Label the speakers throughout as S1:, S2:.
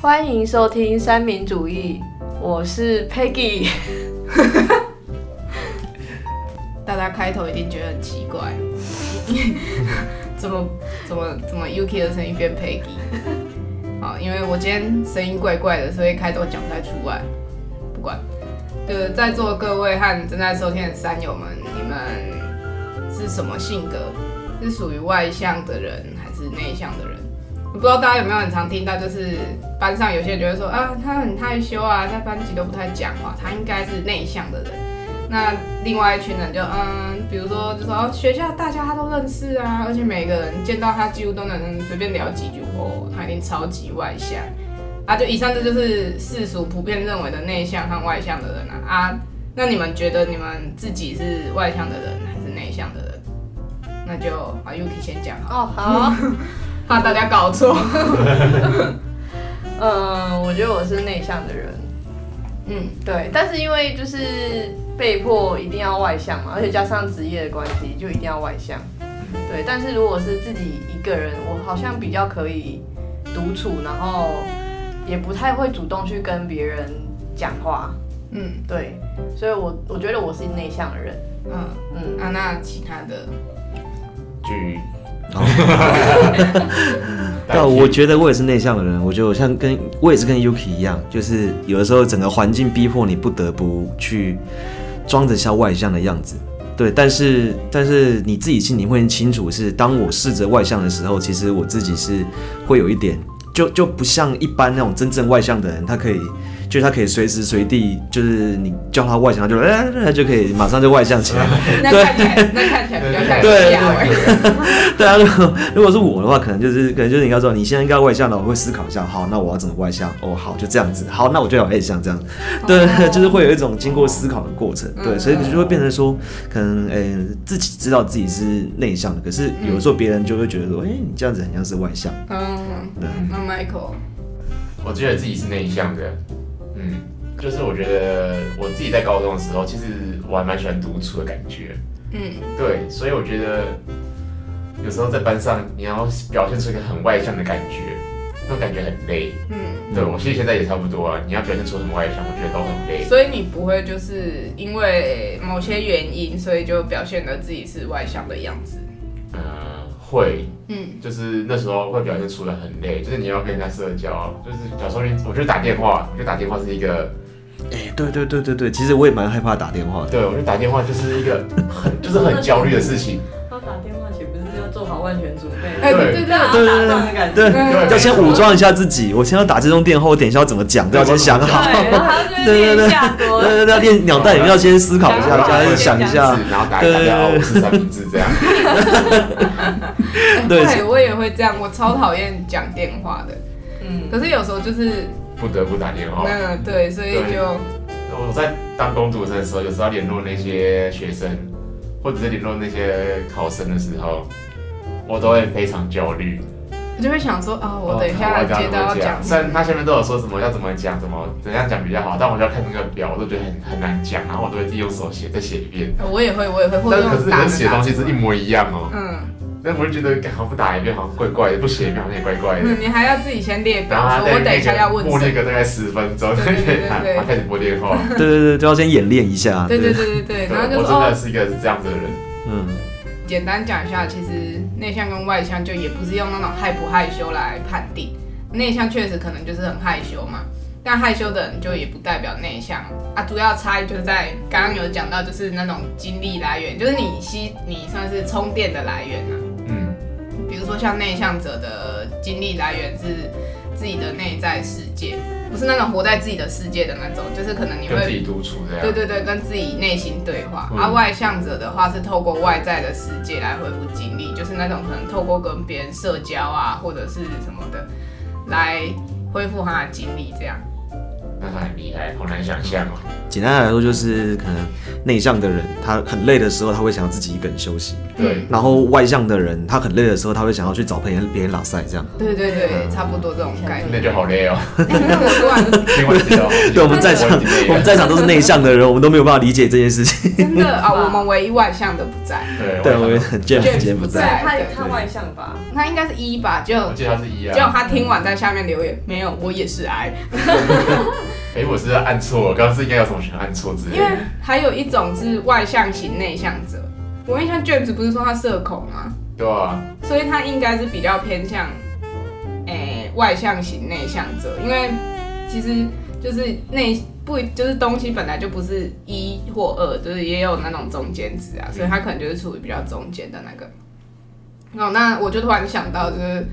S1: 欢迎收听三民主义，我是 Peggy。
S2: 大家开头一定觉得很奇怪， 怎么怎么怎么 UK 的声音变 Peggy？好，因为我今天声音怪怪的，所以开头讲不太出来。不管，就是在座的各位和正在收听的山友们，你们是什么性格？是属于外向的人还是内向的人？我不知道大家有没有很常听到，就是班上有些人就会说啊，他很害羞啊，在班级都不太讲话，他应该是内向的人。那另外一群人就嗯，比如说就说、哦、学校大家他都认识啊，而且每个人见到他几乎都能随便聊几句哦，他一定超级外向啊！就以上这就是世俗普遍认为的内向和外向的人啊啊！那你们觉得你们自己是外向的人还是内向的人？那就啊，Yuki 先讲好了，
S1: 哦，好，
S2: 怕大家搞错。
S1: 嗯，我觉得我是内向的人，
S2: 嗯，
S1: 对，但是因为就是被迫一定要外向嘛，而且加上职业的关系，就一定要外向。对，但是如果是自己一个人，我好像比较可以独处，然后也不太会主动去跟别人讲话。
S2: 嗯
S1: 对，所以我我觉得我是内向的人。
S2: 嗯
S1: 嗯，
S2: 啊，那其他 的，
S3: 居
S4: 对啊，哦我觉得我也是内向的人，我觉得我像跟我也是跟 Yuki 一样，就是有的时候整个环境逼迫你不得不去装着像外向的样子。对，但是但是你自己心里会很清楚是，当我试着外向的时候，其实我自己是会有一点，就就不像一般那种真正外向的人，他可以就是他可以随时随地，就是你叫他外向，他就 哎、他就可以马上就外向起来。
S2: 那看起来那看起来比较像
S4: 对
S2: 下位，
S4: 对啊，如果如果是我的话，可能就是可能就是你要说你现在应该外向了，我会思考一下，好，那我要怎么外向？哦，好，就这样子，好，那我就要内向这样。对， 就是会有一种经过思考的过程，对，所以就会变成说，可能呃、自己知道自己是内向的，可是有的时候别人就会觉得说，哎、你这样子很像是外向。
S2: 嗯，那 Michael，
S3: 我觉得自己是内向的，嗯，就是我觉得我自己在高中的时候，其实我还蛮喜欢独处的感觉，
S2: 嗯
S3: 对，所以我觉得有时候在班上你要表现出一个很外向的感觉，那种感觉很累。
S2: 嗯，
S3: 对我其实现在也差不多啊，你要表现出很外向，我觉得都很累。
S2: 所以你不会就是因为某些原因，所以就表现的自己是外向的样子，
S3: 嗯、会，
S2: 嗯
S3: 就是那时候会表现出来很累，就是你要跟人家社交，就是假如说你，我觉得打电话，我觉得打电话是一个，
S4: 哎、对对对对对，其实我也蛮害怕打电话的。
S3: 对我觉得打电话就是一个很就是很焦虑的事情。
S1: 他打电话前不是要做好万全准备？
S2: 哎对对
S1: 对
S2: 对
S1: 打
S4: 对
S1: 打仗的感觉。
S4: 对，
S2: 嗯
S4: 要先武装一下自己。我先要打这通电话，我等一下要怎么讲，都要先想好。
S1: 对，然后他就
S4: 对对
S1: 练
S4: 对
S1: 下桌。
S4: 对对对，练鸟蛋，你要先思考一下，先想一下。
S3: 然后打一打电话，我是三明治这样。
S4: 对
S2: 对，哎我也会这样，我超讨厌讲电话的，
S1: 嗯，
S2: 可是有时候就是
S3: 不得不打电话。
S2: 嗯对，所以就
S3: 我在当工读生的时候，有时候联络那些学生，或者是联络那些考生的时候，我都会非常焦虑。
S2: 我就会想说啊，我等一下
S3: 哦
S2: 接到要
S3: 我
S2: 讲
S3: 虽然他下面都有说什么要怎么讲，怎么怎样讲比较好，但我就要看那个表，我都觉得很很难讲，然后我都会自己用手写再写一遍。
S2: 我也会，我也会，或
S3: 但
S2: 者
S3: 是可
S2: 用
S3: 是
S2: 打
S3: 跟
S2: 的
S3: 写
S2: 打
S3: 东西
S2: 字
S3: 是一模一样哦，
S2: 嗯，
S3: 但我就觉得干好像不打一遍好像怪怪的，不写一遍好像也怪怪的。
S2: 嗯你还要自己先列
S3: 然后
S2: 表，
S3: 他
S2: 说
S3: 在
S2: 我等一下要
S3: 那
S2: 问
S3: 个默
S2: 谁
S3: 那。个大概十分钟，
S2: 对对对
S3: 他
S2: 对
S3: 他开始拨电话。
S4: 对对对，都要先演练一下。
S2: 啊对对对对对，然后
S3: 我
S2: 就
S3: 真
S2: 说
S3: 的
S2: 哦，
S3: 是一个是这样子的人，
S4: 嗯，
S2: 简单讲一下，其实内向跟外向就也不是用那种害不害羞来判定，内向确实可能就是很害羞嘛，但害羞的人就也不代表内向啊。主要差异就是在刚刚有讲到，就是那种精力来源，就是你吸你算是充电的来源啊。
S3: 嗯，
S2: 比如说像内向者的精力来源是自己的内在世界，不是那种活在自己的世界的那种，就是可能你
S3: 跟自
S2: 会
S3: 己独处这样。
S2: 对对对跟自己内心对话。
S3: 嗯
S2: 而、外向者的话是透过外在的世界来恢复精力，就是那种可能透过跟别人社交啊或者是什么的来恢复他的精力这样。
S3: 那他很厉害，好难想象哦。
S4: 简单来说，就是可能内向的人，他很累的时候，他会想要自己一个人休息；
S3: 对，
S4: 然后外向的人，他很累的时候，他会想要去找朋友别人拉塞这样。
S2: 对对对，差不多这种概
S3: 那
S2: 念。
S3: 就好累哦。
S2: 那我突然
S3: 听完之后，
S4: 对，我们在场，我们在场都是内向的人，我们都没有办法理解这件事情。
S2: 真的啊，我们唯一外向的不在，
S3: 对，
S4: 对，我
S3: 我
S4: 们
S3: 也
S4: 很 James
S2: 对
S4: 今天不
S2: 不
S1: 对
S4: 在，
S2: 在
S1: 他
S2: 对
S1: 他外向吧，
S2: 他应该是一吧，就
S3: 我记得他是一
S2: 就
S3: 啊。
S2: 他听完在下面留言，没有，我也是 I。
S3: 哎，我是不是按错，了，刚刚是应该有什么选按错之类
S2: 因为
S3: 的。
S2: 还有一种是外向型内向者，我印象 James 不是说他社恐吗？
S3: 对啊，
S2: 所以他应该是比较偏向，诶、外向型内向者，因为其实就是内不就是东西本来就不是一或二，就是也有那种中间值啊，所以他可能就是处于比较中间的那个。哦，那我就突然想到，就是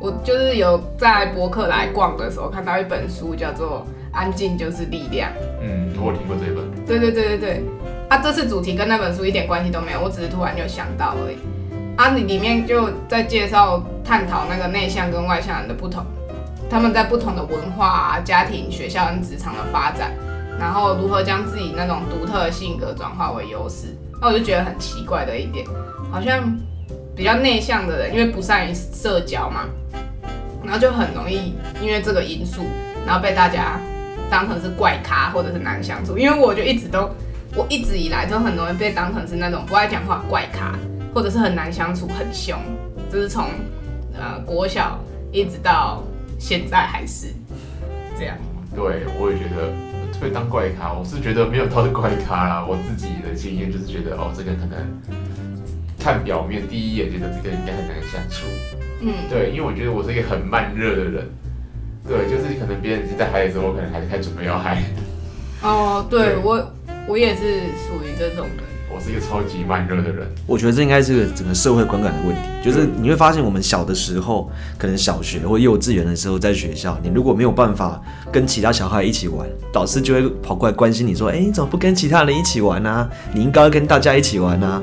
S2: 我就是有在博客来逛的时候看到一本书，叫做《安静就是力量》。
S3: 嗯，我有听过这一本。
S2: 对对对对对，啊，这次主题跟那本书一点关系都没有，我只是突然就想到而已。啊，你里面就在介绍探讨那个内向跟外向人的不同，他们在不同的文化、啊、家庭、学校跟职场的发展，然后如何将自己那种独特的性格转化为优势。那我就觉得很奇怪的一点，好像比较内向的人，因为不善于社交嘛，然后就很容易因为这个因素，然后被大家当成是怪咖或者是难相处，因为我就一直都， 我一直以来都很容易被当成是那种不爱讲话怪咖，或者是很难相处、很凶，就是从呃国小一直到现在还是这样。
S3: 对，我也觉得被当怪咖，我是觉得没有到怪咖啦。 我自己的经验就是觉得，哦，这个可能看表面第一眼觉得这个应该很难相处。
S2: 嗯，
S3: 对，因为我觉得我是一个很慢热的人。对，就是可能别人已经在嗨的时候，我可能还在准备要嗨。
S2: 哦，
S3: 对
S2: 对我我也是属于这种人，
S3: 我是一个超级慢热的人。
S4: 我觉得这应该是个整个社会观感的问题，就是你会发现我们小的时候，可能小学或幼稚园的时候，在学校，你如果没有办法跟其他小孩一起玩，老师就会跑过来关心你说：“哎，你怎么不跟其他人一起玩啊？你应该要跟大家一起玩啊！”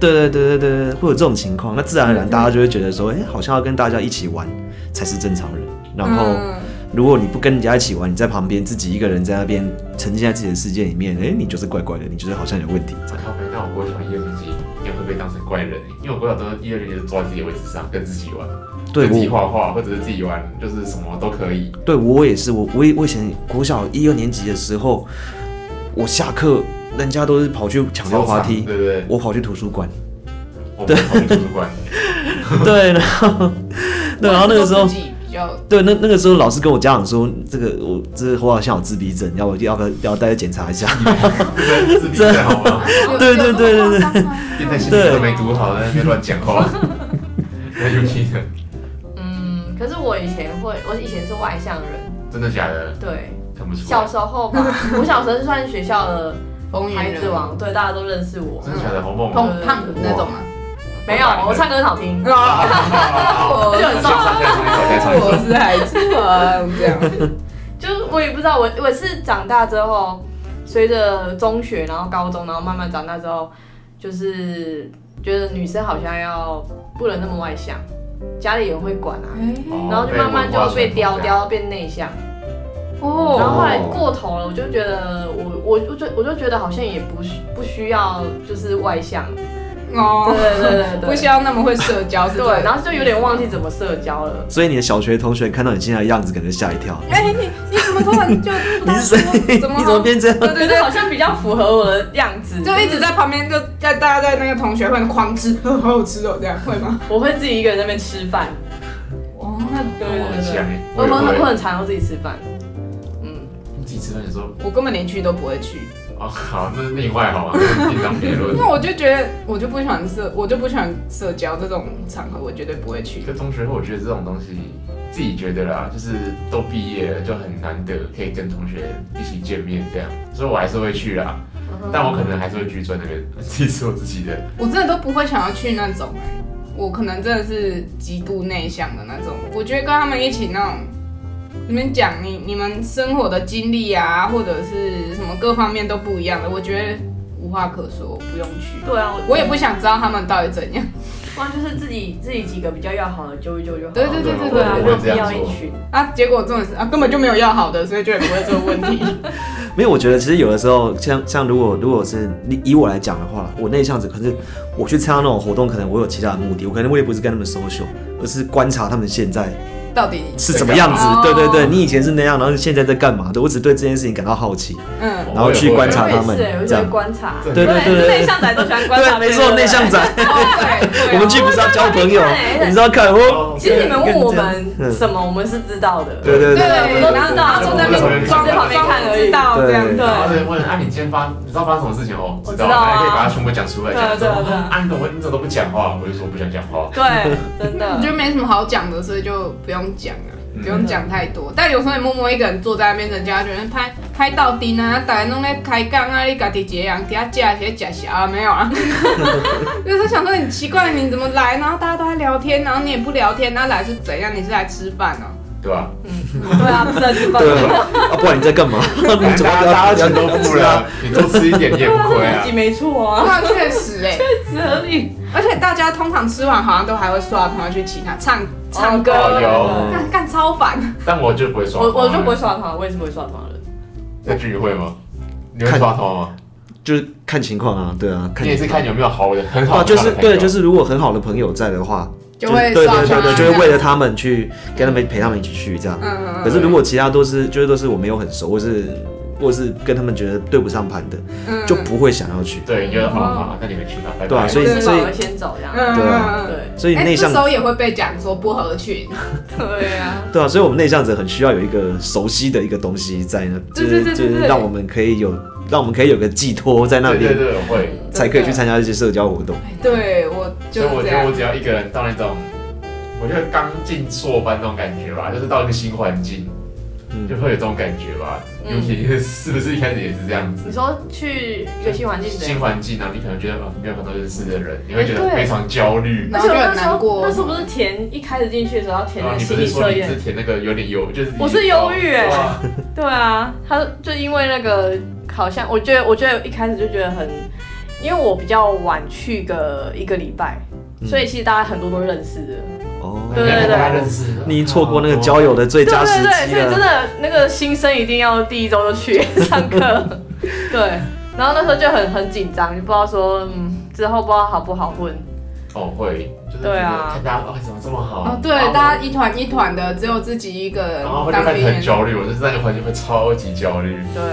S4: 对对对对对对，会有这种情况，那自然而然大家就会觉得说：“哎，好像要跟大家一起玩才是正常人。”然后。
S2: 嗯
S4: 如果你不跟人家一起玩，你在旁边自己一个人在那边沉浸在自己的世界里面，哎、你就是怪怪的，你就是好像有问题这
S3: 啊
S4: 样。
S3: 靠背，那我国小一二年级也会被当成怪人，因为我国小都是一二年级就坐在自己的位置上跟自己玩，
S4: 对
S3: 就自己
S4: 我，
S3: 画画或者是自己玩，就是什么都可以。
S4: 对我也是，我我以我以前国小一二年级的时候，我下课人家都是跑去抢溜滑梯，
S3: 对不对？
S4: 我跑去图书馆。
S3: 我们跑去图书馆，
S4: 对，然后 对，然后那个时
S2: 我
S4: 候
S2: 自。己比较
S4: 对，那那个时候老师跟我家长说，这个我这我好像有自闭症，要不要不要要带去检查一下？
S3: 对自闭症好吗？
S4: 对对对对
S2: 对，
S3: 现在心理都没读好，在那边乱讲话。那 UK 的，
S1: 嗯，可是我以前会，我以前是外向人，
S3: 真的假的？
S1: 对，
S3: 看不出
S1: 小
S3: 来，
S1: 时候 吧，我小时候是算学校的
S2: 风云
S1: 孩子
S2: 人物，
S1: 王，对，大家都认识我。
S3: 真的假的？好梦哦，
S2: 胖胖那种嘛。
S1: 没有，啊我唱歌很好 听，
S2: 我
S1: 而且很帅，
S2: 我是孩子王这样。
S1: 就是我也不知道，我我是长大之后，随着中学，然后高中，然后慢慢长大之后，就是觉得女生好像要不能那么外向，家里人会管啊，然后就慢慢就被雕，雕到变内向，
S2: 哦
S1: 然后后来过头了，我就觉得我我就我就觉得好像也不需不需要就是外向，对
S2: 哦，
S1: 对对对对，
S2: 不需要那么会社交，是
S1: 对，
S2: 吧？
S1: 然后就有点忘记怎么社交了。
S4: 所以你的小学同学看到你现在的样子，可能吓一跳。
S2: 哎，你你怎么突然就
S4: 你是谁？你怎
S2: 怎么
S4: 么变这样？
S2: 对
S1: 可
S2: 对
S1: 是
S2: 对，
S1: 好像比较符合我的样子，
S2: 就一直在旁边，就在大家在那个同学会狂吃， 好好吃哦，这样会吗？
S1: 我会自己一个人在那边吃饭，
S2: 哦，那
S1: 对
S3: 跟我
S1: 对对
S3: 很
S1: 对，
S3: 像哎，
S1: 我
S3: 也
S1: 很我
S3: 会
S1: 很常要自己吃饭，嗯，
S3: 你自己吃饭的时候，
S2: 我根本连去都不会去，
S3: 哦，好，那是另外好吗？另当别论
S2: 因。为我就觉得我就不喜欢社，我就不喜欢社交这种场合，我绝对不会去。
S3: 跟同学会，我觉得这种东西，自己觉得啦，就是都毕业了，就很难得可以跟同学一起见面这样，所以我还是会去啦，
S1: 嗯
S3: 但我可能还是会居住在那边，自己是我自己的。
S2: 我真的都不会想要去那种、欸，我可能真的是极度内向的那种。我觉得跟他们一起那种，你们讲你你们生活的经历啊，或者是什么各方面都不一样的，我觉得无话可说，不用去。
S1: 对啊，
S2: 我也不想知道他们到底怎样，
S1: 不然就是自己自己几个比较要好的揪一揪就好了。
S2: 对对对对对啊
S1: 没
S3: 我
S1: 有
S3: 会这
S1: 必
S3: 样
S1: 要一
S3: 做。
S1: 群。
S2: 啊，结果重点是啊，根本就没有要好的，所以就也不会这个问题。
S4: 没有，我觉得其实有的时候，像像如果如果是你以我来讲的话，我内向者，可是我去参加那种活动，可能我有其他的目的，我可能目的不是跟他们 social，而是观察他们现在
S2: 到底
S4: 是怎么样子
S2: 哦。
S4: 对对对，你以前是那样，然后你现在在干嘛的？我只对这件事情感到好奇。
S2: 嗯，
S4: 然后去观察他
S1: 我
S4: 们
S1: 也是，我
S4: 这
S1: 就
S4: 样
S1: 会观察。
S3: 对
S4: 对对对对
S1: 内向仔都喜欢观察。
S4: 对，没错，内向。仔。
S2: 对，
S4: 我们去不是要交朋友，
S1: 对对对
S4: 我们是要看哦。
S1: 其实你们问我们
S4: 嗯
S1: 什么，我们是知道的。
S4: 对对
S2: 对，
S4: 对，
S1: 对
S2: 然后然后坐在那边装
S1: 在旁边看而已
S2: 知道这样子
S1: 对。
S3: 然后就问啊，你今天发，你知道发生什么事情哦？
S1: 我
S3: 知
S1: 知
S3: 道，
S1: 道
S3: 那
S1: 啊
S3: 你可以把它全部讲出来。
S1: 对啊
S3: 讲
S1: 对啊
S3: 说
S1: 对啊
S3: 啊，你怎么你怎么都不讲话？我就说我不想讲话。
S1: 对，真的
S2: 我觉。得没什么好讲的，所以就不用讲了，
S3: 嗯
S2: 不用讲太多。但有时候你默默一个人坐在那边，人家就会拍拍到底啊，大家拢在开杠啊，你家己一个人底下吃些假虾啊，没有 啊？就是想说你奇怪，你怎么来？然后大家都在聊天，然后你也不聊天，那来是怎样？你是来吃饭哦、
S3: 对吧？
S1: 对啊，不是很棒。
S4: 对啊，不然你在干嘛？
S3: 反
S4: 你
S3: 正
S4: 怎么
S3: 大家大家
S4: 要
S3: 钱都付了，你多吃一点你也不 亏
S1: 自
S3: 啊
S1: 己。没错
S2: 喔？
S1: 啊，
S2: 那确实哎、
S1: 是合理。
S2: 而且大家通常吃完好像都还会刷朋友去其他唱唱歌，
S1: 哦
S3: 有
S2: 干干超烦。
S3: 但我就不会刷。
S1: 我我就不会。刷团，我也是不会刷团的。
S3: 在聚会吗？你会刷头吗？
S4: 就是看情况啊，对啊，看
S3: 你也是看有没有好的很好
S4: 啊，
S3: 的
S4: 就是
S3: 朋友
S4: 对，就是如果很好的朋友在的话，
S2: 就会
S4: 对
S2: 刷
S4: 对对
S2: 他
S4: 对，就会为了他们去跟他们陪他们一起去这样。
S2: 嗯嗯
S4: 可是如果其他都是就是都是我没有很熟，或是或是跟他们觉得对不上盘的，
S2: 嗯
S4: 就不会想要去。
S3: 对，你就好好好，那你们去吧，拜拜。
S4: 嗯对啊所以
S1: 吃饱了先走这样。
S2: 嗯
S4: 对啊
S2: 嗯嗯
S1: 对
S4: 所以
S2: 哎，
S4: 内向
S2: 这时候也会被讲说不合群，
S1: 对啊，
S4: 对啊，所以我们内向者很需要有一个熟悉的一个东西在那，就
S2: 对
S4: 是
S2: 对对
S4: 就
S2: 对
S4: 是
S2: 对
S4: 让我们可以有让我们可以有个寄托在那
S3: 对对
S4: 里，
S3: 对，我会。
S4: 才可以去参加一些社交活动。
S2: 对我
S3: 所
S2: 就
S3: 以我
S2: 是这
S3: 觉得我
S2: 样。
S3: 只要一个人到那种，我觉得刚进硕班那种感觉吧，就是到一个新环境，
S4: 嗯
S3: 就，会有这种感觉吧。尤
S1: 嗯啊
S3: 其是不是一开始也是这样子
S1: 你？说去一个新环境怎
S3: 新
S1: 样？
S3: 环境啊，你可能觉得啊没有很多认识的人，你会觉得
S1: 哎对
S3: 非常焦虑。
S1: 而且我那时
S2: 然后就很难
S1: 候
S2: 过
S1: 那时候不是填一开始进去的时候要填那个
S3: 然后哦你不
S1: 心
S3: 是
S1: 理
S3: 说
S1: 测
S3: 你之
S1: 验，
S3: 前那个有点忧，就是
S1: 我是忧郁哎
S3: 对啊
S1: 对啊，他就因为那个好像我觉得我觉得一开始就觉得很，因为我比较晚去个一个礼拜，
S4: 嗯
S1: 所以其实大家很多都认识的。
S4: 哦，
S1: 对对对
S3: 大家认识，哦
S4: 你错过那个交友的最
S1: 对
S4: 佳时
S1: 对对，
S4: 机
S1: 所以真
S4: 了。
S1: 的那个新生一定要第一周就去上课，对。然后那时候就很很紧张，就不知道说嗯之后不知道好不好混，
S3: 哦会，就是
S1: 对啊
S3: 看大家哦怎么这么好
S2: 哦，对，
S3: 然后
S2: 大家一团一团的，只有自己一个
S3: 然后会
S2: 当
S3: 开
S2: 兵
S3: 始
S2: 人
S3: 很。焦虑，我就是在那个环境会超级焦虑，
S1: 对，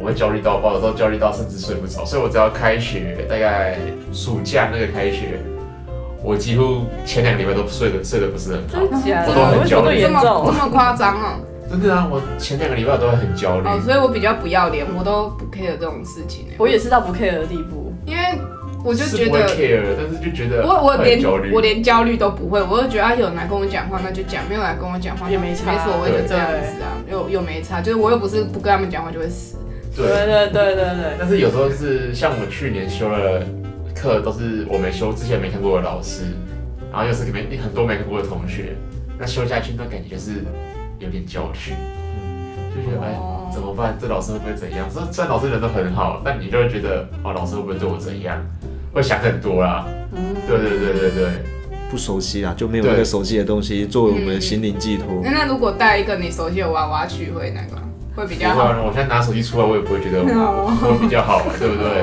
S3: 我会焦虑到爆，有时候焦虑到甚至睡不着，所以我只要开学，大概暑假那个开学，我几乎前两个礼拜都睡得睡得不是很好，
S1: 真假的？
S3: 我都很
S1: 为什么
S3: 焦
S1: 那么
S3: 虑
S2: 这
S1: 严
S2: 么这
S1: 重？
S2: 么夸张哦？
S3: 真的啊，我前两个礼拜都会很焦虑，
S2: 哦，所以我比较不要脸，我都不 care 这种事情欸
S1: 我也是到不 care 的地步，
S2: 因为我就觉
S3: 是不会
S2: 得
S3: care，但是就觉得
S2: 我我
S3: 会很
S2: 连
S3: 焦虑，
S2: 我连焦虑都不会，我就觉得啊，有人来跟我讲话那就讲，没有来跟我讲话
S1: 也
S2: 那
S1: 没差
S2: 没所谓，
S3: 对
S2: 就这样子啊，又又没差，就是我又不是不跟他们讲话就会死。
S1: 对
S3: 对，
S1: 对对对对，
S3: 但是有时候就是像我去年修了课，都是我没修之前没看过的老师，然后又是没很多没看过的同学，那修下去那感觉就是有点焦虑，就觉得哎
S2: 哦
S3: 怎么办？这老师会不会怎样？虽虽然老师人都很好，但你就会觉得哦，老师会不会对我怎样？会想很多啦。
S1: 嗯，
S3: 对对对对对，
S4: 不熟悉啊，就没有那个熟悉的东西作为我们的心灵寄托。
S2: 那那如果带一个你熟悉的娃娃去，会那个会比较
S3: 不
S2: 好
S3: 会。啊，我现在拿手机出来，我也不会 觉得我
S2: 哦
S3: 我比较好
S1: 嗯
S3: 玩，对不对？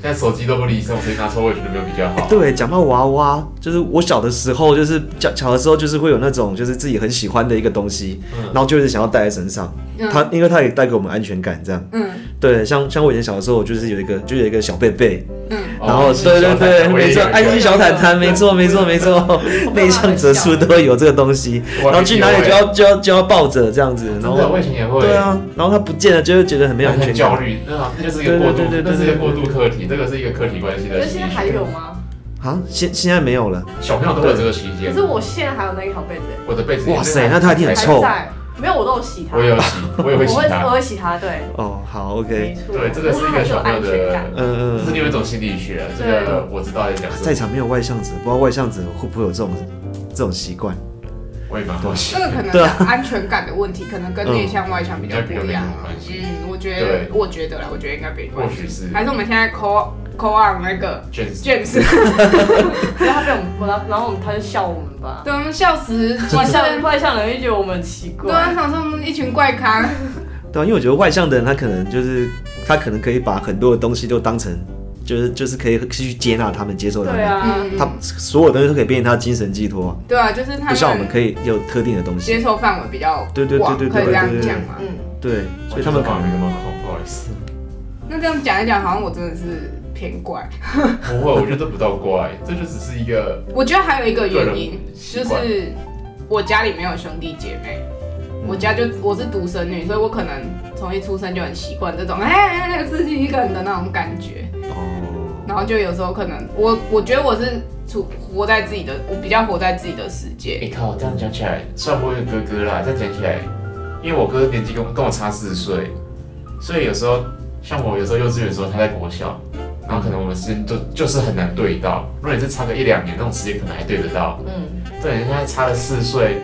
S3: 现在手机都不离身，我直接拿出来，我也觉得没有比较好。
S4: 对，讲到娃娃，就是我小的时候，就是小小的时候，就是会有那种就是自己很喜欢的一个东西，
S3: 嗯
S4: 然后就是想要带在身上。
S2: 嗯
S4: 它因为它也带给我们安全感，这样。
S2: 嗯
S4: 对，像像我以前小的时候，我就是有一个就有一个小贝贝，
S2: 嗯，
S3: 哦
S4: 然后对对对，没错，爱心小毯毯，没错没错没错，内向者是不是都会有这个东西？然后去哪里就要就要就要抱着这样子，然
S3: 真的，
S4: 后
S3: 我以前也会。
S4: 对啊，然后他不见了就会觉得很没有安全
S3: 很焦
S4: 感
S3: 虑，那那就是一个过度
S4: 对对对对，对
S3: 那是一个过度课题，这个是一个课题关系
S1: 可
S3: 的
S1: 是
S3: 心
S1: 现
S3: 理
S1: 在还
S3: 学。
S1: 有吗？
S4: 啊。现现在没有了，
S3: 小朋友都会有这个期
S1: 可
S3: 间
S1: 是。我现在还有那个小被子，
S3: 我的被子，
S4: 哇塞那他一定很
S1: 还
S4: 臭
S1: 在，没有我都有洗它，
S3: 我也有洗，我也会洗
S1: 我会我
S3: 它。
S1: 会洗它，对，
S4: 哦，好
S1: 没
S4: ，OK，
S1: 错，
S3: 对，这个是一个小朋友
S1: 因为它还是有安全
S3: 的
S1: 感，
S4: 嗯
S3: 这是
S4: 嗯。
S3: 另外一种心理学，这呃个我知道在讲什
S4: 在
S3: 么。
S4: 场没有外向者，不知道外向者会不会有这种这种习惯。
S3: 我也蛮好奇
S2: 这。个可能
S4: 对啊嗯
S2: 是安全感的问题，可能跟内向外向比较不一样
S3: 应该比较没什么
S2: 啊
S3: 关系
S2: 嗯，我觉得
S3: 对，
S2: 我觉得啦，我觉得应该没关
S3: 或
S2: 系。
S3: 许是
S2: 还是我们现在 call call on 那个
S3: James
S2: James，
S1: 然后他被我们泼到，然后我们他就笑我们吧。
S2: 对，我们笑死，
S1: 外
S2: 外
S1: 向
S2: 向，
S1: 外向人就觉得我们很奇
S2: 对啊，
S1: 怪，
S2: 想说我们一群怪咖，
S4: 对啊，因为我觉得外向的人，他可能就是他可能可以把很多的东西都当成，就是就是可以去接纳他们、接受他
S1: 对
S4: 们，
S1: 啊，
S2: 嗯，
S4: 他所有东西都可以变成他的精神寄托啊，
S2: 对啊，就是他
S4: 不像我们可
S2: 以
S4: 以有特定的东
S2: 接
S4: 西。
S2: 受范围比较
S4: 对对对
S2: 广
S4: 对对
S2: 可以这样
S4: 对对对
S2: 讲嘛。
S1: 嗯，
S4: 对，所以他们可
S3: 反应
S4: 能
S3: 那么好，不好意 思。
S2: 那这样讲一讲，好像我真的是偏怪。
S3: 不会，我觉得这不到怪，这就只是一个
S2: 我觉得还有一个原因
S3: 个人
S2: 就
S3: 习惯嗯
S2: 是我家里没有兄弟姐妹，我家就我是独生女，所以我可能从一出生就很习惯这种 哎自己一个人的那种感觉，
S4: 哦，
S2: 然后就有时候可能我我觉得我是处活在自己的，我比较活在自己的世界。
S3: 哎、靠，这样讲起来，虽然我有哥哥啦，这样讲起来，因为我哥年纪跟我跟我差四岁，所以有时候像我有时候幼稚园的时候，他在国小，然后可能我们时间就就是很难对到。如果你是差个一两年，那种时间可能还对得到。
S1: 嗯，
S3: 对，人家差了四岁，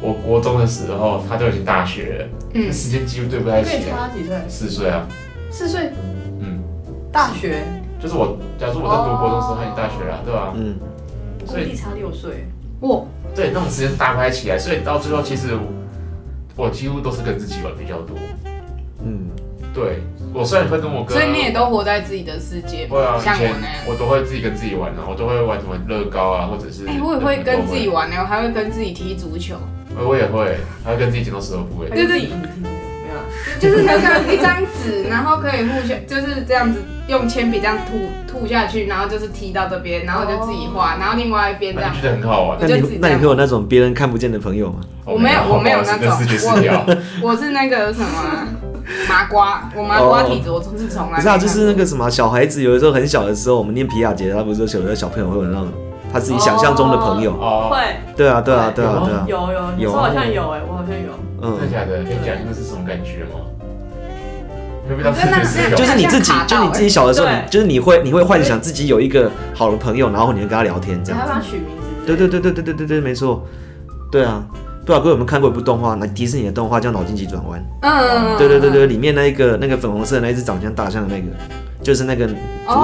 S3: 我国中的时候他就已经大学了，
S2: 嗯
S3: 那，时间几乎对不太
S1: 可以
S3: 起来。
S1: 差几岁？
S3: 四岁啊，
S1: 四岁，
S3: 嗯，
S1: 大学，
S3: 就是我，假如我
S2: 哦
S3: 在读国中的时候，他已经大学了啊、对吧、
S4: 嗯，
S1: 我
S3: 所以
S1: 弟差六岁，
S2: 哇，
S3: 对，那种时间搭拍起来，所以到最后其实我我几乎都是跟自己玩比较多。
S4: 嗯，
S3: 对，我虽然会跟我哥，
S2: 所以你也都活在自己的世界
S3: 会啊，
S2: 吗，
S3: 以
S2: 像
S3: 前
S2: 我那样。
S3: 我都会自己跟自己玩啊，我都会玩什么乐高啊，或者是
S2: 哎、我也会跟自己
S3: 玩，
S2: 玩呢，我还会跟自己踢足球，
S3: 呃我我也会，还会跟自己剪刀石头布。哎，
S2: 就是
S1: 还自己没有啦，
S2: 就是拿上一张纸， 然后可以互相就是这样子用铅笔这样吐吐下去，然后就是踢到这边，然后我就自己
S1: 哦
S2: 画，然后另外一边这
S3: 那
S2: 样
S3: 你。觉得很好玩？
S4: 那
S2: 我就自己
S4: 你
S2: 这
S4: 那你
S2: 样
S4: 会有那种别人看不见的朋友吗？
S2: 我没有我没有那种
S3: 视觉失调。
S2: 我是那个什么啊麻瓜，我麻瓜体质，我是从来
S4: 哦不是啊，就是那个什么小孩子，有的时候很小的时候，我们念皮亚杰，他不是说有的小朋友会有那种他自己想象中的朋友。
S3: 哦，
S1: 会，
S4: 对啊，对啊，对啊，对啊，
S1: 有有，你说好像有哎，我好像有，
S4: 嗯
S3: 真的，假的？可以讲一下那是什么感觉吗？有没有到视
S2: 真的
S3: 觉失
S2: 那
S4: 就是你
S3: 调？
S4: 自己
S2: 好像卡，到
S4: 就你自己小的时候，
S1: 欸
S4: 你就是你会你会幻想自己有一个好的朋友，然后你就跟他聊天这
S1: 你
S4: 样
S1: 还
S4: 子。
S1: 帮他取名字，
S4: 对对，啊对对对对对对，没错。对啊，不知道各位有没有看过一部动画，那迪士尼的动画叫《脑筋急转弯》。
S2: 嗯，
S4: 对对对对，里面那一个那个粉红色的那一只长得像大象的那个，就是那个主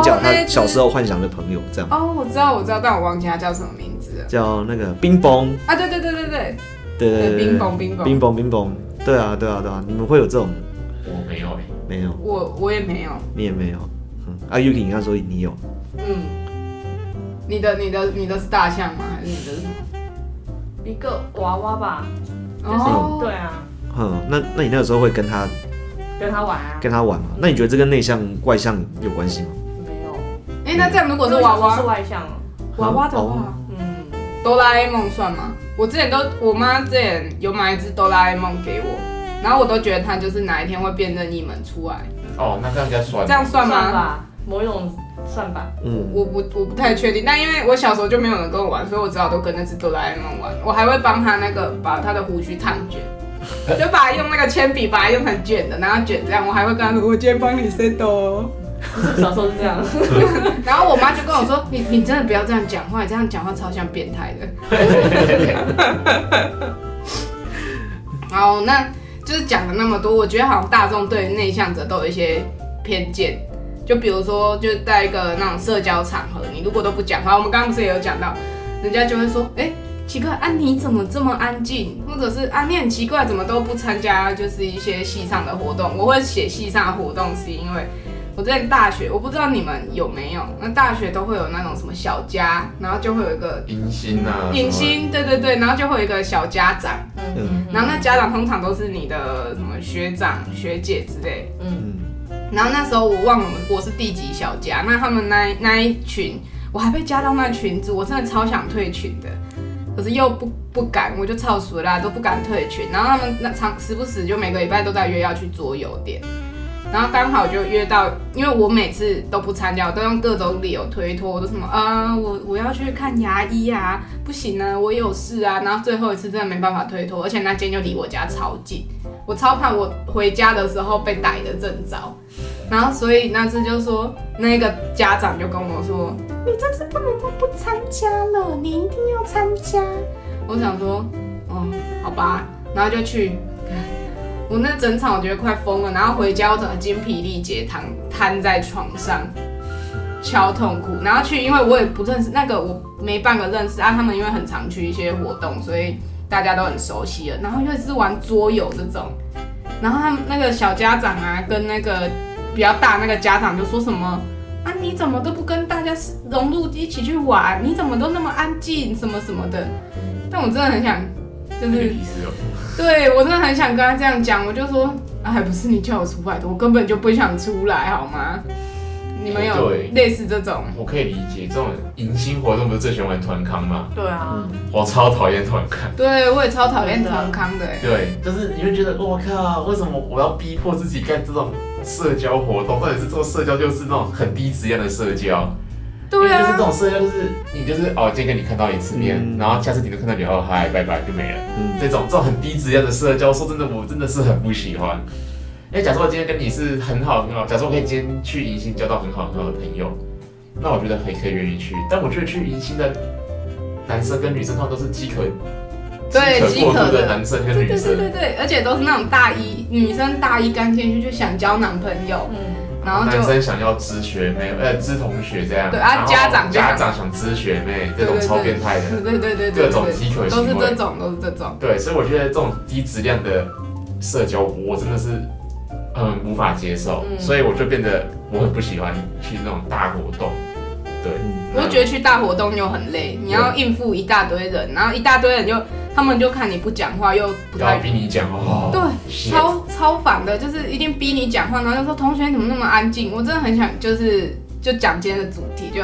S4: 角
S2: 哦
S4: 他
S2: 那一只
S4: 小时候幻想的朋友，这样
S2: 哦，我知道我知道，但我忘记它叫什么名字了。
S4: 叫那个冰崩。
S2: 啊，对对对对对，
S4: 对对对
S2: 对
S4: 对，
S2: 冰崩冰崩
S4: 冰崩冰崩。对啊对啊对啊，你们会有这种
S3: 我没有哎，
S4: 没有？
S2: 我我也没有。
S4: 你也没有。嗯，啊，Yuki，你刚说你有，
S1: 嗯，
S2: 你的你的你的是大象吗？还是你的是什么？
S1: 一个娃娃吧，就是
S2: 哦，
S1: 对啊，
S4: 嗯，那那你那个时候会跟他
S1: 跟他玩啊，
S4: 跟他玩吗？那你觉得这跟内向外向有关系吗？
S1: 没有，
S2: 哎，那这样如
S1: 我
S2: 果是娃娃
S1: 是，外向哦，
S2: 娃娃的
S4: 哦
S2: 话。
S1: 嗯，
S2: 哆啦 A 梦算吗？我之前都，我妈之前有买一只哆啦 A 梦给我，然后我都觉得它就是哪一天会变任意门出来，
S3: 哦，那这样叫酸
S2: 这。样算
S1: 算
S2: 吗？
S1: 吧，某一种算吧，
S4: 嗯，
S2: 我不我不太确定，但因为我小时候就没有人跟我玩，所以我只好都跟那只哆啦 A 梦玩。我还会帮他那个把他的胡须烫卷，就把它用那个铅笔把它用成卷的，然后卷这样。我还会跟他说，我今天帮你 set 哦。
S1: 小时候是这 样，
S2: 然后我妈就跟我说，你你真的不要这样讲话，你这样讲话超像变态的。好，那就是讲了那么多，我觉得好像大众对于内向者都有一些偏见，就比如说，就是在一个那种社交场合，你如果都不讲话，我们刚刚不是也有讲到，人家就会说，哎、奇怪啊，你怎么这么安静？或者是啊，你很奇怪，怎么都不参加就是一些系上的活动？我会写系上的活动，是因为我在大学，我不知道你们有没有，那大学都会有那种什么小家，然后就会有一个
S3: 迎新啊，
S2: 迎新，对对对，然后就会有一个小家长。
S1: 嗯，
S2: 然后那家长通常都是你的什么学长、学姐之类。
S4: 嗯，
S2: 然后那时候我忘了我是第几小家，那他们那一那一群，我还被加到那群组，我真的超想退群的，可是又不不敢，我就超熟啦，都不敢退群。然后他们那常时不时就每个礼拜都在约要去桌游店，然后刚好就约到，因为我每次都不参加，我都用各种理由推脱，我都什么啊、我我要去看牙医啊，不行啊，我有事啊。然后最后一次真的没办法推脱，而且那间就离我家超近，我超怕我回家的时候被逮的正着。然后所以那次就说，那个家长就跟我说，你这次不能再不参加了，你一定要参加。我想说，哦，好吧，然后就去。我那整场我觉得快疯了，然后回家我整个精疲力竭，躺瘫在床上，超痛苦。然后去，因为我也不认识那个，我没半个认识啊。他们因为很常去一些活动，所以大家都很熟悉了。然后又是玩桌游这种，然后他们那个小家长啊，跟那个比较大那个家长就说什么。啊！你怎么都不跟大家融入一起去玩？你怎么都那么安静，什么什么的？但我真的很想，就
S3: 那个
S2: 是
S3: 意思哦。
S2: 对我真的很想跟他这样讲，我就说，啊，还不是你叫我出来的，我根本就不想出来，好吗？你们有
S3: 哦对
S2: 类似这种？
S3: 我可以理解，这种迎新活动不是最喜欢玩团康吗？
S1: 对啊，
S4: 嗯
S3: 我超讨厌团康。
S2: 对我也超讨厌团康的欸，
S3: 对，就是你会觉得，我靠，为什么我要逼迫自己干这种社交活动？到底是做社交就是那种很低质量的社交，
S2: 对
S3: 因为就是这
S2: 啊，
S3: 种社交，就是你就是哦，今天跟你看到一次面，
S4: 嗯
S3: 然后下次你就看到你哦，嗨，拜拜就没了。
S4: 嗯，
S3: 这种这种很低质量的社交，说真的，我真的是很不喜欢。因为假设我今天跟你是很好很好，假设我可以今天去迎新交到很好很好的朋友，那我觉得还可以愿意去。但我觉得去迎新的男生跟女生，他们都是饥渴、
S2: 对
S3: 饥
S2: 饥
S3: 渴过度
S2: 渴
S3: 的
S2: 的
S3: 男生跟
S2: 对
S3: 女
S2: 对对
S3: 生。
S2: 对对，而且都是那种大一女生大一刚进去就想交男朋友，
S1: 嗯，
S2: 然后就
S3: 男生想要知学妹，呃，知同学这样。
S2: 对啊
S3: 然后
S2: 家长就
S3: 家长想知学妹，这种
S2: 对对对
S3: 超变态的，
S2: 对对对对
S3: 各
S2: 对
S3: 种
S2: 对，
S3: 饥渴
S2: 都是
S3: 行为
S2: 这。种都是这种，
S3: 对，所以我觉得这种低质量的社交，我真的是嗯无法接受，
S1: 嗯
S3: 所以我就变得我很不喜欢去那种大活动。对，
S4: 嗯
S2: 我就觉得去大活动又很累，你要应付一大堆人，然后一大堆人就他们就看你不讲话又不
S3: 然
S2: 太
S3: 后逼你讲哦，
S2: 对
S3: shit，
S2: 超超烦的，就是一定逼你讲话，然后就说同学你怎么那么安静？我真的很想就是就讲今天的主题，就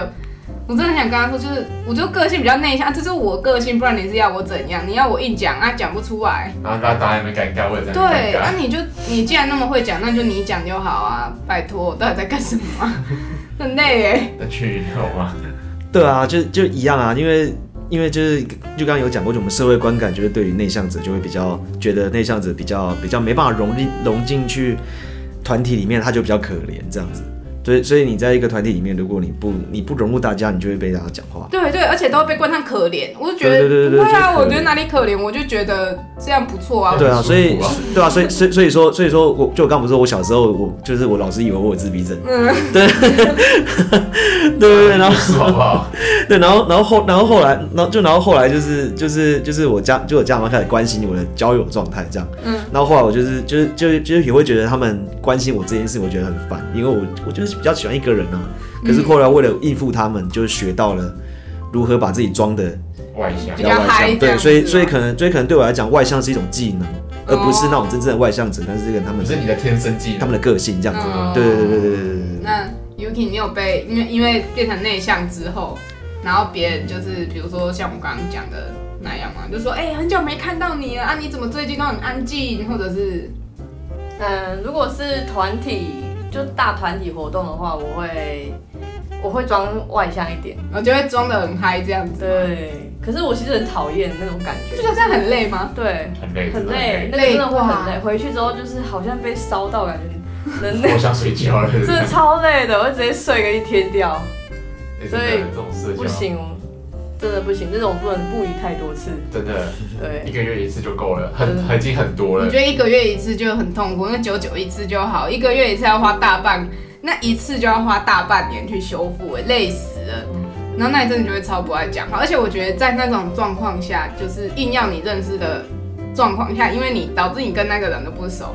S2: 我真的很想跟他说，就是我就个性比较内向，啊这是我个性，不然你是要我怎样？你要我硬讲啊，讲不出来。
S3: 然后大家有没有尴尬？我也在那边
S2: 对，哎
S3: 尴
S2: 那、
S3: 尬。
S2: 你就你既然那么会讲，那就你讲就好啊，拜托，我到底在干什么啊、 很累耶。
S3: 那去你有吗？
S4: 对啊，就就一样啊，因为因为就是就刚刚有讲过，就我们社会观感就是对于内向者就会比较觉得内向者比较比较没办法融进融进去团体里面，他就比较可怜这样子。所以所以你在一个团体里面，如果你不你不融入大家，你就会被大家讲话。
S2: 对对，而且都会被冠上可怜，我就觉得
S4: 对对对对
S2: 不会啊，
S4: 就可怜
S2: 我觉得哪里可怜，我就觉得这样不错啊。
S4: 对啊，
S3: 很舒服
S4: 所以
S3: 啊
S4: 对啊，所以所以所以说所以说我就我刚不是说我小时候我就是我老师以为我有自闭症，
S2: 嗯，
S4: 对对对，然后
S3: 是好不好？
S4: 对，然后然后后然后后来，然后就然后后来就是就是就是我家就我家长开始关心我的交友状态这样，
S2: 嗯，
S4: 然后后来我就是就是就是就是也会觉得他们关心我这件事，我觉得很烦，因为我我就是比较喜欢一个人啊，可是后来为了应付他们，就学到了如何把自己装的
S3: 外向
S2: 比
S4: 比较
S2: 较
S4: 外
S2: 嗨
S4: 向，
S2: 这
S4: 对，
S2: 样
S4: 所以
S2: 子
S4: 所以
S2: 吗
S4: 可能所以可能对我来讲，外向是一种技能，而不是
S2: 哦
S4: 那种真正的外向者，但是这个他们
S3: 不是你的天生技
S4: 他
S3: 能。
S4: 们的个性这样子，
S2: 嗯
S4: 对对对对对对对对。
S2: 那 Yuki，你有被因为因为变成内向之后，然后别人就是比如说像我刚刚讲的那样嘛，就说哎、很久没看到你了啊，你怎么最近都很安静，或者是
S1: 嗯，如果是团体，就大团体活动的话，我会我会装外向一点。
S2: 我就会装的很嗨这样子。，
S1: 对，可是我其实很讨厌那种感觉，
S2: 不觉得这样很累吗？
S1: 对，
S3: 很累，
S1: 很
S3: 真的
S1: 累，那个真的会很累。回去之后就是好像被烧到，感觉能
S3: 我
S1: 量
S3: 想睡觉 了。
S1: 真的超累的，我直接睡个一天掉，
S3: 哎真
S1: 所
S3: 的
S1: 以
S3: 这种社
S1: 不
S3: 交，
S1: 行，真的不行，这种不能不宜太多次。
S3: 真的一
S1: 对，
S3: 个月一次就够了，
S1: 真
S3: 很
S1: 的
S3: 很已经很多
S2: 我
S3: 了
S2: 嗯觉。得一个月一次就很痛苦，那久久一次就好，一个月一次要花大半，那一次就要花大半年去修复、哎累死了。然后那一阵子就会超不爱讲话，而且我觉得在那种状况下，就是硬要你认识的状况下，因为你导致你跟那个人都不熟，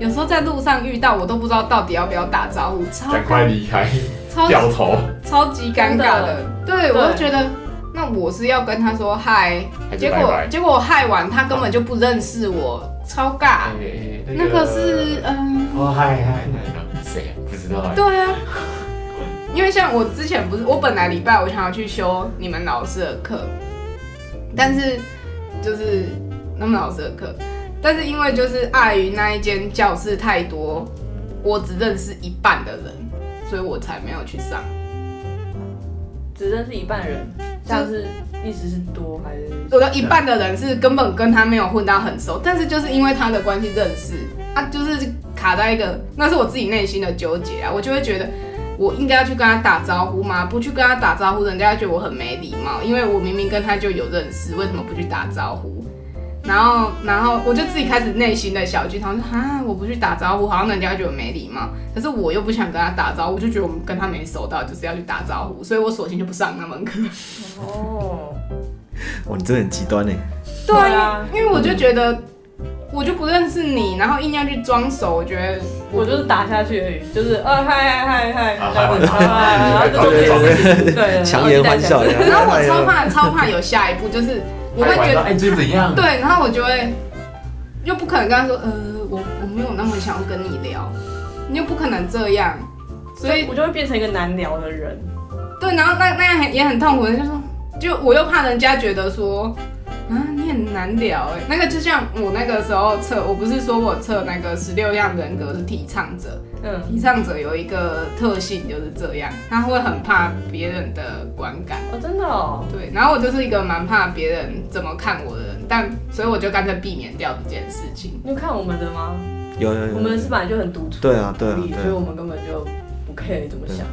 S2: 有时候在路上遇到，我都不知道到底要不要打招呼，超
S3: 赶快离开，
S2: 超
S3: 掉头，
S2: 超级尴尬的。对，
S1: 对
S2: 我就觉得那我是要跟他说嗨，
S3: 还是
S2: 结
S3: 拜
S2: 果啊
S3: 拜。
S2: 结果我嗨完，他根本就不认识我，超尬。
S3: 哎哎哎
S2: 那个是嗯，
S3: 哦，嗨嗨嗨，谁啊？不知道啊。
S2: 对啊，因为像我之前不是，我本来礼拜我想要去修你们老师的课，但是就是他们老师的课，但是因为就是碍于那一间教室太多，我只认识一半的人，所以我才没有去上。
S1: 只认识一半人，这样是意思是多还是？
S2: 有的一半的人是根本跟他没有混到很熟，但是就是因为他的关系认识，啊，就是卡在一个，那是我自己内心的纠结啊，我就会觉得我应该要去跟他打招呼吗？不去跟他打招呼，人家觉得我很没礼貌，因为我明明跟他就有认识，为什么不去打招呼？然后，然后我就自己开始内心的小剧场，说啊，我不去打招呼，好像人家会觉得我没礼貌。可是我又不想跟他打招呼，我就觉得我们跟他没熟到，就是要去打招呼，所以我索性就不上那门课。
S1: 哦，
S4: 哇，你真的很极端呢。欸
S2: 对
S1: 对
S2: 啊
S1: 啊，
S2: 因为因为我就觉得我就不认识你，然后硬要去装熟，我觉得
S1: 我就是打下去而已，就是呃嗨嗨嗨
S3: 啊
S1: 嗨这样子，
S3: 嗨
S1: 啊然后就
S3: 对
S1: 做
S3: 对
S1: 这些事情，对，
S4: 强颜欢笑欸哎
S1: 然后就带下去
S2: 然后我超怕超怕有下一步，就是我会觉
S3: 还玩到
S2: 得
S3: 哎，你最近怎样？
S2: 对，然后我就会又不可能跟他说，呃，我我没有那么想要跟你聊，你又不可能这样，所
S1: 所
S2: 以
S1: 以我就会变成一个难聊的人。
S2: 对，然后那那样很也很痛苦，就说就我又怕人家觉得说。啊，你很难聊哎、那个就像我那个时候测，我不是说我测那个十六样人格是提倡者，
S1: 嗯，
S2: 提倡者有一个特性就是这样，他会很怕别人的观感。
S1: 哦，真的哦，
S2: 对，然后我就是一个蛮怕别人怎么看我的人，但所以我就干脆避免掉这件事情。
S1: 你有看我们的吗？
S4: 有有有，
S1: 我们是本来就很独处，
S4: 对啊对啊
S1: 所以
S4: 对啊
S1: 所以我们根本就不 care 你怎么想。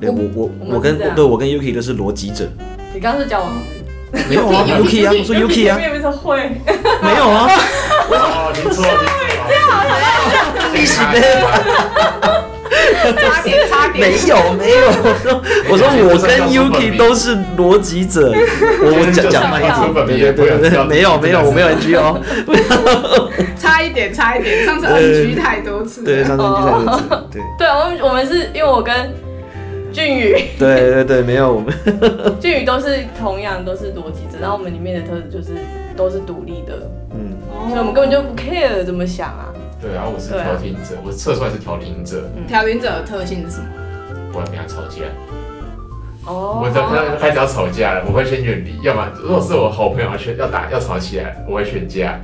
S4: 对我我
S1: 我
S4: 我
S1: 们是
S4: 跟
S1: 这样
S4: 对我跟 Yuki 都是逻辑者，
S1: 你刚刚是讲我名字
S4: 没有啊
S2: Yuki，
S4: ，Yuki 啊，
S2: Yuki，
S4: 我说 Yuki 啊，
S1: 前面不是会，
S4: 没有啊，
S3: 哦，你错，
S2: 啊
S3: 你 错，一起的。
S2: 差点，差
S4: 没
S2: 点，
S4: 有没有，我说
S3: 啊
S4: 我说 我跟 Yuki 都是逻辑者，我我讲讲慢一
S1: 就是
S4: 点，
S3: 本名
S4: 对对
S3: 不要
S4: 对
S3: 知道
S4: 对，没有没有，我没有 NG 哦，
S2: 差一点，差一点。上次
S4: 呃
S2: NG 太多次
S4: 对，
S2: 了。
S4: 上升第三个字，对
S1: 对，啊我们我们是因为我跟俊宇，
S4: 对对对，没有我们
S1: 俊宇都是同样都是逻辑者，然后我们里面的特质就是都是独立的，
S4: 嗯，
S2: 哦
S1: 所以我们根本就不 care 怎么想啊。
S3: 对，然后我是调停者，我测出来是调停者，
S2: 调停者的特性是什么？
S3: 不然跟他吵架。
S1: 哦
S3: 我等他开始要吵架了，我会先远离，要么如果是我好朋友要劝要打要吵起来，我会劝架。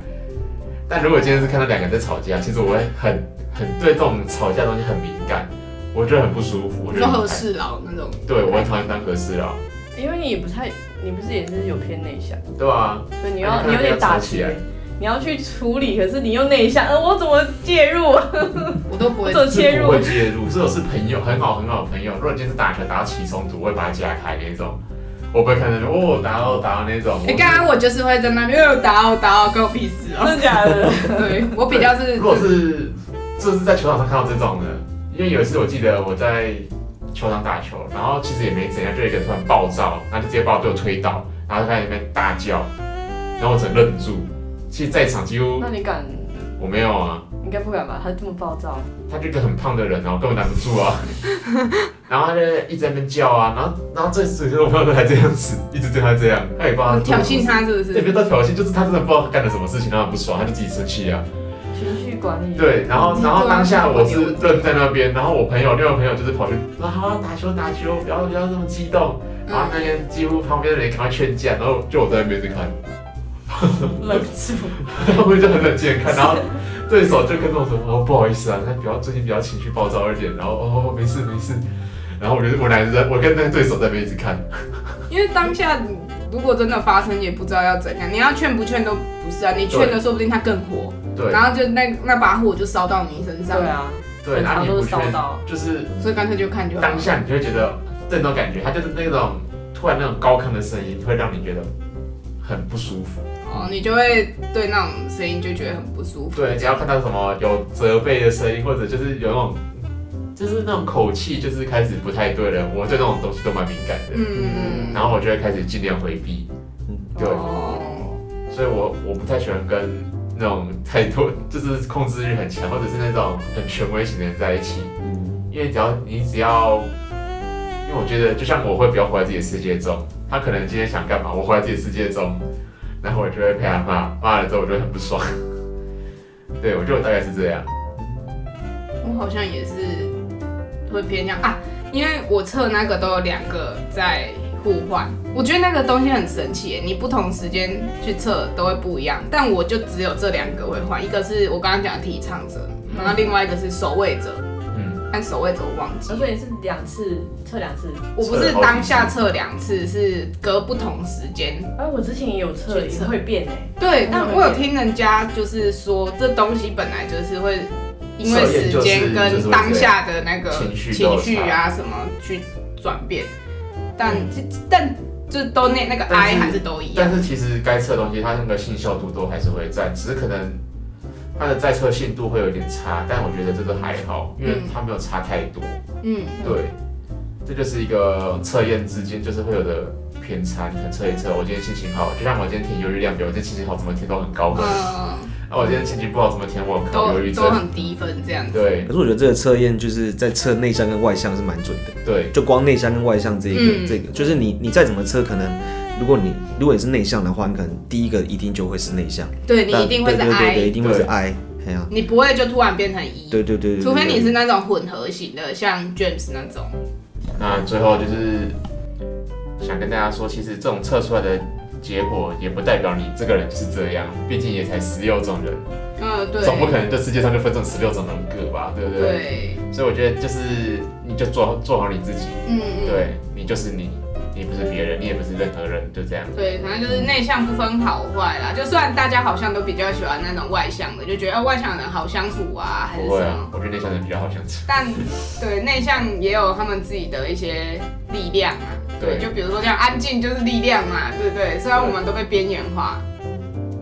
S3: 但如果今天是看到两个人在吵架，其实我会很很对这种吵架的东西很敏感，我觉得很不舒服。我觉
S2: 就
S3: 得
S2: 和事佬那种。
S3: 对我很讨厌当和事佬，
S1: 因为你也不太，你不是也是有偏内向，
S3: 对啊吧、
S1: 所以你
S3: 那
S1: 要
S3: 哎你
S1: 你有点打
S3: 看
S1: 击
S3: 要不要
S1: 欸
S3: 吵，
S1: 你要去处理，可是你又内向，呃，我怎么介入？
S2: 我都不
S1: 我
S2: 会
S1: 怎。么
S3: 是
S1: 切
S3: 不
S1: 入
S3: 会？介入，这种是朋友很好很好的朋友。如果今天是打球打到起冲突，我会把它夹开那种，我不会看到哦打到打到那种。
S2: 哎，刚刚我就是会在那边呃打哦打哦，关我屁事哦。
S1: 真的假 的？
S2: 对我比较是
S3: 如果是这是在球场上看到这种的，因为有一次我记得我在球场打球，然后其实也没怎样，就有一个人突然暴躁，然后就直接把我队友推倒，然后就开始在那边大叫，然后我只能愣住。其实在场几乎
S1: 那你敢？
S3: 我没有啊，
S1: 应该不敢吧？他这么暴躁，
S3: 他就一个很胖的人啊，我根本拦不住啊。 然后他就一直在那边叫啊，然后然后这次就是我朋友还这样子，一直对他这样，他也不知道他
S2: 挑衅，他，是不
S3: 也不
S2: 是？
S3: 是到挑衅，就是他真的不知道他干了什么事情，让他很不爽，他就自己生气啊。
S1: 情绪管理。
S3: 对，然 后然后当下我是愣在那边，然后我朋友另外一个朋友就是跑去说好打球打球，不要不要这么激动。然后那边几乎旁边的人赶快劝架，然后就我在那边在看，
S1: 忍不 住。
S3: 我就很冷静地看，然后对手就跟我说哦不好意思啊，那比较最近比较情绪暴躁一点，然后哦没事没事，然后我就我俩就在我跟那个对手在那边一直看，
S2: 因为当下你如果真的发生，也不知道要怎样。你要劝不劝都不是啊，你劝了说不定他更火，
S3: 对
S2: 然后就那那把火就烧到你身上。
S1: 对，啊，
S3: 对，然后
S1: 很常
S3: 你也
S1: 都
S3: 不
S1: 是
S3: 劝
S1: 骚哦到，
S3: 就是
S2: 所以干脆就看就好。
S3: 当下你就会觉得这种感觉，它就是那种突然那种高亢的声音会让你觉得很不舒服。
S2: 哦，你就会对那种声音就觉得很不舒服。
S3: 对，只要看到什么有责备的声音，或者就是有那种，就是那种口气，就是开始不太对了。我对那种东西都蛮敏感的，
S2: 嗯嗯
S3: 然后我就会开始尽量回避。
S4: 嗯
S3: 对，
S1: 哦
S3: 所以我我不太喜欢跟那种太多就是控制欲很强，或者是那种很权威型的人在一起，因为只要你只要，因为我觉得就像我会比较活在自己的世界中，他可能今天想干嘛，我活在自己的世界中，然后我就会被他骂，骂了之后我就会很不爽。对，我觉得我大概是这样。
S2: 我好像也是会偏向啊，因为我测那个都有两个在互换，我觉得那个东西很神奇耶，你不同时间去测都会不一样，但我就只有这两个会换，一个是我刚刚讲的提倡者，然后另外一个是守卫者，
S3: 嗯，
S2: 但守卫者我忘记
S1: 所
S2: 了。
S1: 以是两次测两次。
S2: 我不是当下测两次，是隔不同时间。
S1: 哎，我之前也有测，
S2: 去
S1: 也
S2: 测
S1: 会变哎。
S2: 嗯对，但我有听人家就是说，这东西本来就是会因为时间跟当下的那个
S3: 情绪
S2: 情
S3: 都有差
S4: 嗯
S2: 绪啊什么去转变，但但就都那那个
S3: 但是
S2: I 还是都一样
S3: 但。是其实该测的东西，它那个信效度都还是会在，只是可能它的在测信度会有点差，但我觉得这个还好，因为它没有差太多。
S2: 嗯，
S3: 对，这就是一个测验之间就是会有的偏差。你看测一测，我今天心情好，就像我今天填忧郁量表，我今天心情好怎么填都很高分，
S4: 哦
S2: 嗯，
S3: 那、我今天心情不好怎么填我考
S2: 都
S3: 忧郁
S2: 都
S3: 症。
S2: 很低分这样子。
S3: 对
S4: 可是我觉得这个测验就是在测内向跟外向是蛮准的。
S3: 对，
S4: 就光内向跟外向这一个、
S2: 嗯
S4: 这个，就是你你再怎么测，可能如果你如果你是内向的话，你可能第一个一定就会是内向，
S2: 对你
S4: 但
S2: 一定会是
S4: 对对对对，一
S2: I，
S4: 定会是
S3: 对
S4: I，哎呀、
S2: 你不会就突然变成 E，
S4: 对对对对，
S2: 除非你
S4: 是
S2: 是那种混合型的，像 James 那种。
S3: 那最后就是想跟大家说，其实这种测出来的结果也不代表你这个人就是这样，毕竟也才十六种人。
S2: 嗯，对。
S3: 总不可能这世界上就分成十六种人格吧，对不对？
S2: 对，
S3: 所以我觉得就是你就做好做好你自己，
S2: 嗯嗯。
S3: 对你就是你，你不是别人，你也不是任何人，就这样。
S2: 对，反正就是内向不分好坏啦。就虽然大家好像都比较喜欢那种外向的，就觉得、啊、外向的人好相处啊，还是
S3: 不会
S2: 什
S3: 啊
S2: 么。，
S3: 我觉得内向人比较好相处。
S2: 但对内向也有他们自己的一些力量啊。对，
S3: 对
S2: 就比如说这样安静就是力量嘛，对不对？虽然我们都被边缘化，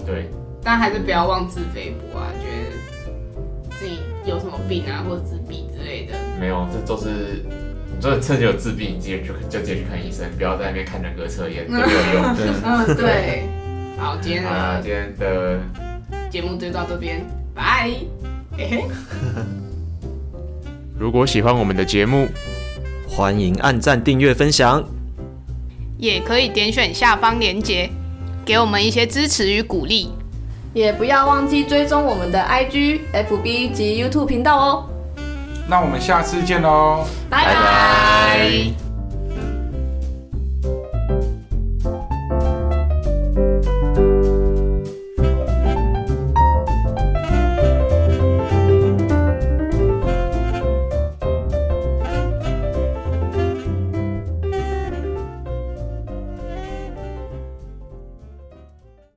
S3: 对，
S2: 但还是不要妄自菲薄啊，觉得自己有什么病啊，或者自闭之类的。
S3: 没有，这都是你真的自己有自闭，你自己去就自己去看医生，不要在那边看人格测验，都没 有用。
S2: 嗯，对。好，今天
S3: 啊，
S2: 的
S3: 今天的
S2: 节目就到这边，拜。嘿嘿。
S3: 如果喜欢我们的节目，
S4: 欢迎按赞、订阅、分享。
S2: 也可以点选下方链接，给我们一些支持与鼓励。
S1: 也不要忘记追踪我们的 IG、FB 及 YouTube 频道哦。
S5: 那我们下次见喽。
S1: 拜拜。
S3: 拜拜